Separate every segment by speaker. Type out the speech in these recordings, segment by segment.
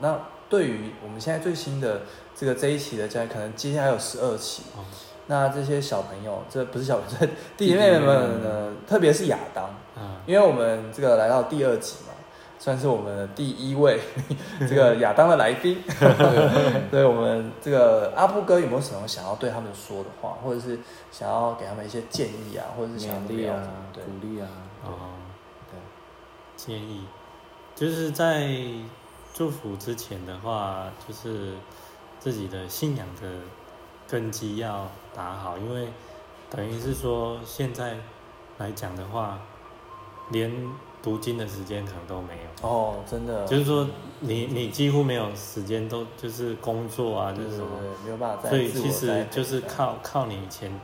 Speaker 1: 那对于我们现在最新的这个这一期的教育，可能接下来有十二期。
Speaker 2: 哦
Speaker 1: 那这些小朋友，这不是小朋友，这弟弟
Speaker 2: 弟嗯
Speaker 1: 妹妹
Speaker 2: 妹
Speaker 1: 们
Speaker 2: 妹
Speaker 1: 呢，特别是亚当，
Speaker 2: 嗯，
Speaker 1: 因为我们这个来到第二集嘛，算是我们的第一位 这个亚当的来宾。对我们这个阿布哥有没有什么想要对他们说的话，或者是想要给他们一些建议啊，或者是想要
Speaker 3: 勉
Speaker 1: 怎么
Speaker 3: 励
Speaker 1: 样
Speaker 3: 啊，
Speaker 1: 对
Speaker 3: 鼓励啊，
Speaker 2: 哦，
Speaker 1: 对，
Speaker 2: 建议就是在祝福之前的话，就是自己的信仰的根基要打好，因为等于是说现在来讲的话，连读经的时间可能都没有。
Speaker 1: 哦，真的，
Speaker 2: 就是说你，你几乎没有时间都就是工作啊，就
Speaker 1: 对
Speaker 2: 是
Speaker 1: 对
Speaker 2: 什
Speaker 1: 对
Speaker 2: 么，，
Speaker 1: 没有办法再
Speaker 2: 所以
Speaker 1: 自
Speaker 2: 其
Speaker 1: 我栽
Speaker 2: 实
Speaker 1: 培
Speaker 2: 就是
Speaker 1: 这样
Speaker 2: 靠靠你以前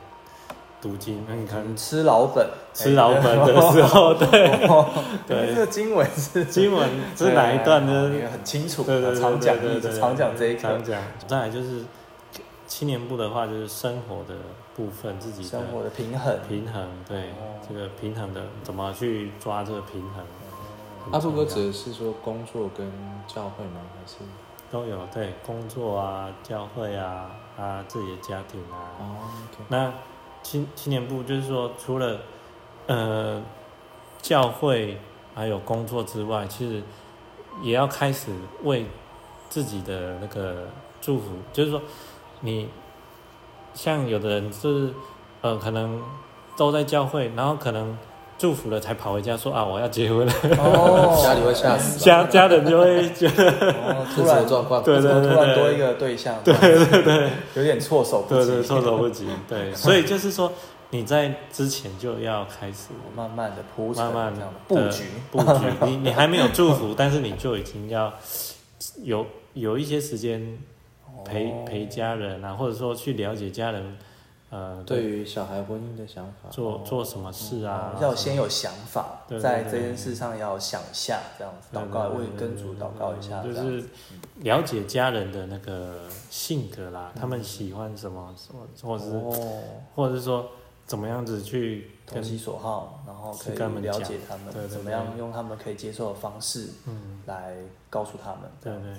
Speaker 2: 读经，那你
Speaker 1: 嗯
Speaker 2: 可能
Speaker 1: 吃老本，
Speaker 2: 吃老本的时 候，对
Speaker 1: 候，
Speaker 2: 对
Speaker 1: 对，这个经文是
Speaker 2: 经文是哪一段呢？
Speaker 1: 对很清楚，
Speaker 2: 对对对，
Speaker 1: 常讲
Speaker 2: 对对对对
Speaker 1: 常讲这一课
Speaker 2: 常，讲。再来就是青年部的话，就是生活的部分，自己的
Speaker 1: 生活的平衡，
Speaker 2: 平衡，对
Speaker 1: 哦
Speaker 2: 这个平衡的怎么去抓这个平衡，很
Speaker 3: 阿布
Speaker 2: 重要
Speaker 3: 哥指的是说工作跟教会吗？还是
Speaker 2: 都有，对工作啊、教会啊、啊自己的家庭啊，
Speaker 3: 哦，OK，
Speaker 2: 那青青年部就是说，除了呃教会还有工作之外，其实也要开始为自己的那个祝福，就是说你像有的人是呃可能都在教会，然后可能祝福了才跑回家说啊我要结婚了，
Speaker 1: 哦
Speaker 3: 家里会吓死
Speaker 2: 家家人就 会觉得
Speaker 1: 哦突
Speaker 3: 是什么
Speaker 1: 然
Speaker 3: 状况？
Speaker 2: 对
Speaker 1: 怎
Speaker 2: 对
Speaker 1: 么
Speaker 2: 对
Speaker 1: 突然
Speaker 2: 对
Speaker 1: 多一个对象，对对对，有点措手不
Speaker 2: 对
Speaker 1: 及，
Speaker 2: 对措手不及，对，所以就是说你在之前就要开始。
Speaker 1: 慢慢的铺陈，
Speaker 2: 慢慢
Speaker 1: 这样
Speaker 2: 地
Speaker 1: 布局，
Speaker 2: 布局。你你还没有祝福，但是你就已经要有有一些时间陪、
Speaker 1: 哦
Speaker 2: 陪家人啊，或者说去了解家人，呃，
Speaker 3: 对于小孩婚姻的想法，
Speaker 2: 做做什么事啊，
Speaker 1: 哦要先有想法
Speaker 2: 对，对
Speaker 1: 在
Speaker 2: 对
Speaker 1: 这件事上要想一下，这样子
Speaker 2: 对
Speaker 1: 祷
Speaker 2: 对
Speaker 1: 告，
Speaker 2: 对
Speaker 1: 为
Speaker 2: 对
Speaker 1: 跟主祷告一下，
Speaker 2: 就
Speaker 1: 这样嗯
Speaker 2: 是了解家人的那个性格啦，他们喜欢什么什么，或者是、
Speaker 1: 嗯哦，
Speaker 2: 或者是说怎么样子去
Speaker 1: 投
Speaker 2: 跟
Speaker 1: 其所好，然后可
Speaker 2: 去跟他
Speaker 1: 以
Speaker 2: 们
Speaker 1: 了
Speaker 2: 讲
Speaker 1: 解他们
Speaker 2: 对对
Speaker 1: 怎么
Speaker 2: 对
Speaker 1: 样用他们可以接受的方式
Speaker 2: 嗯，
Speaker 1: 来告诉他们。
Speaker 2: 对对，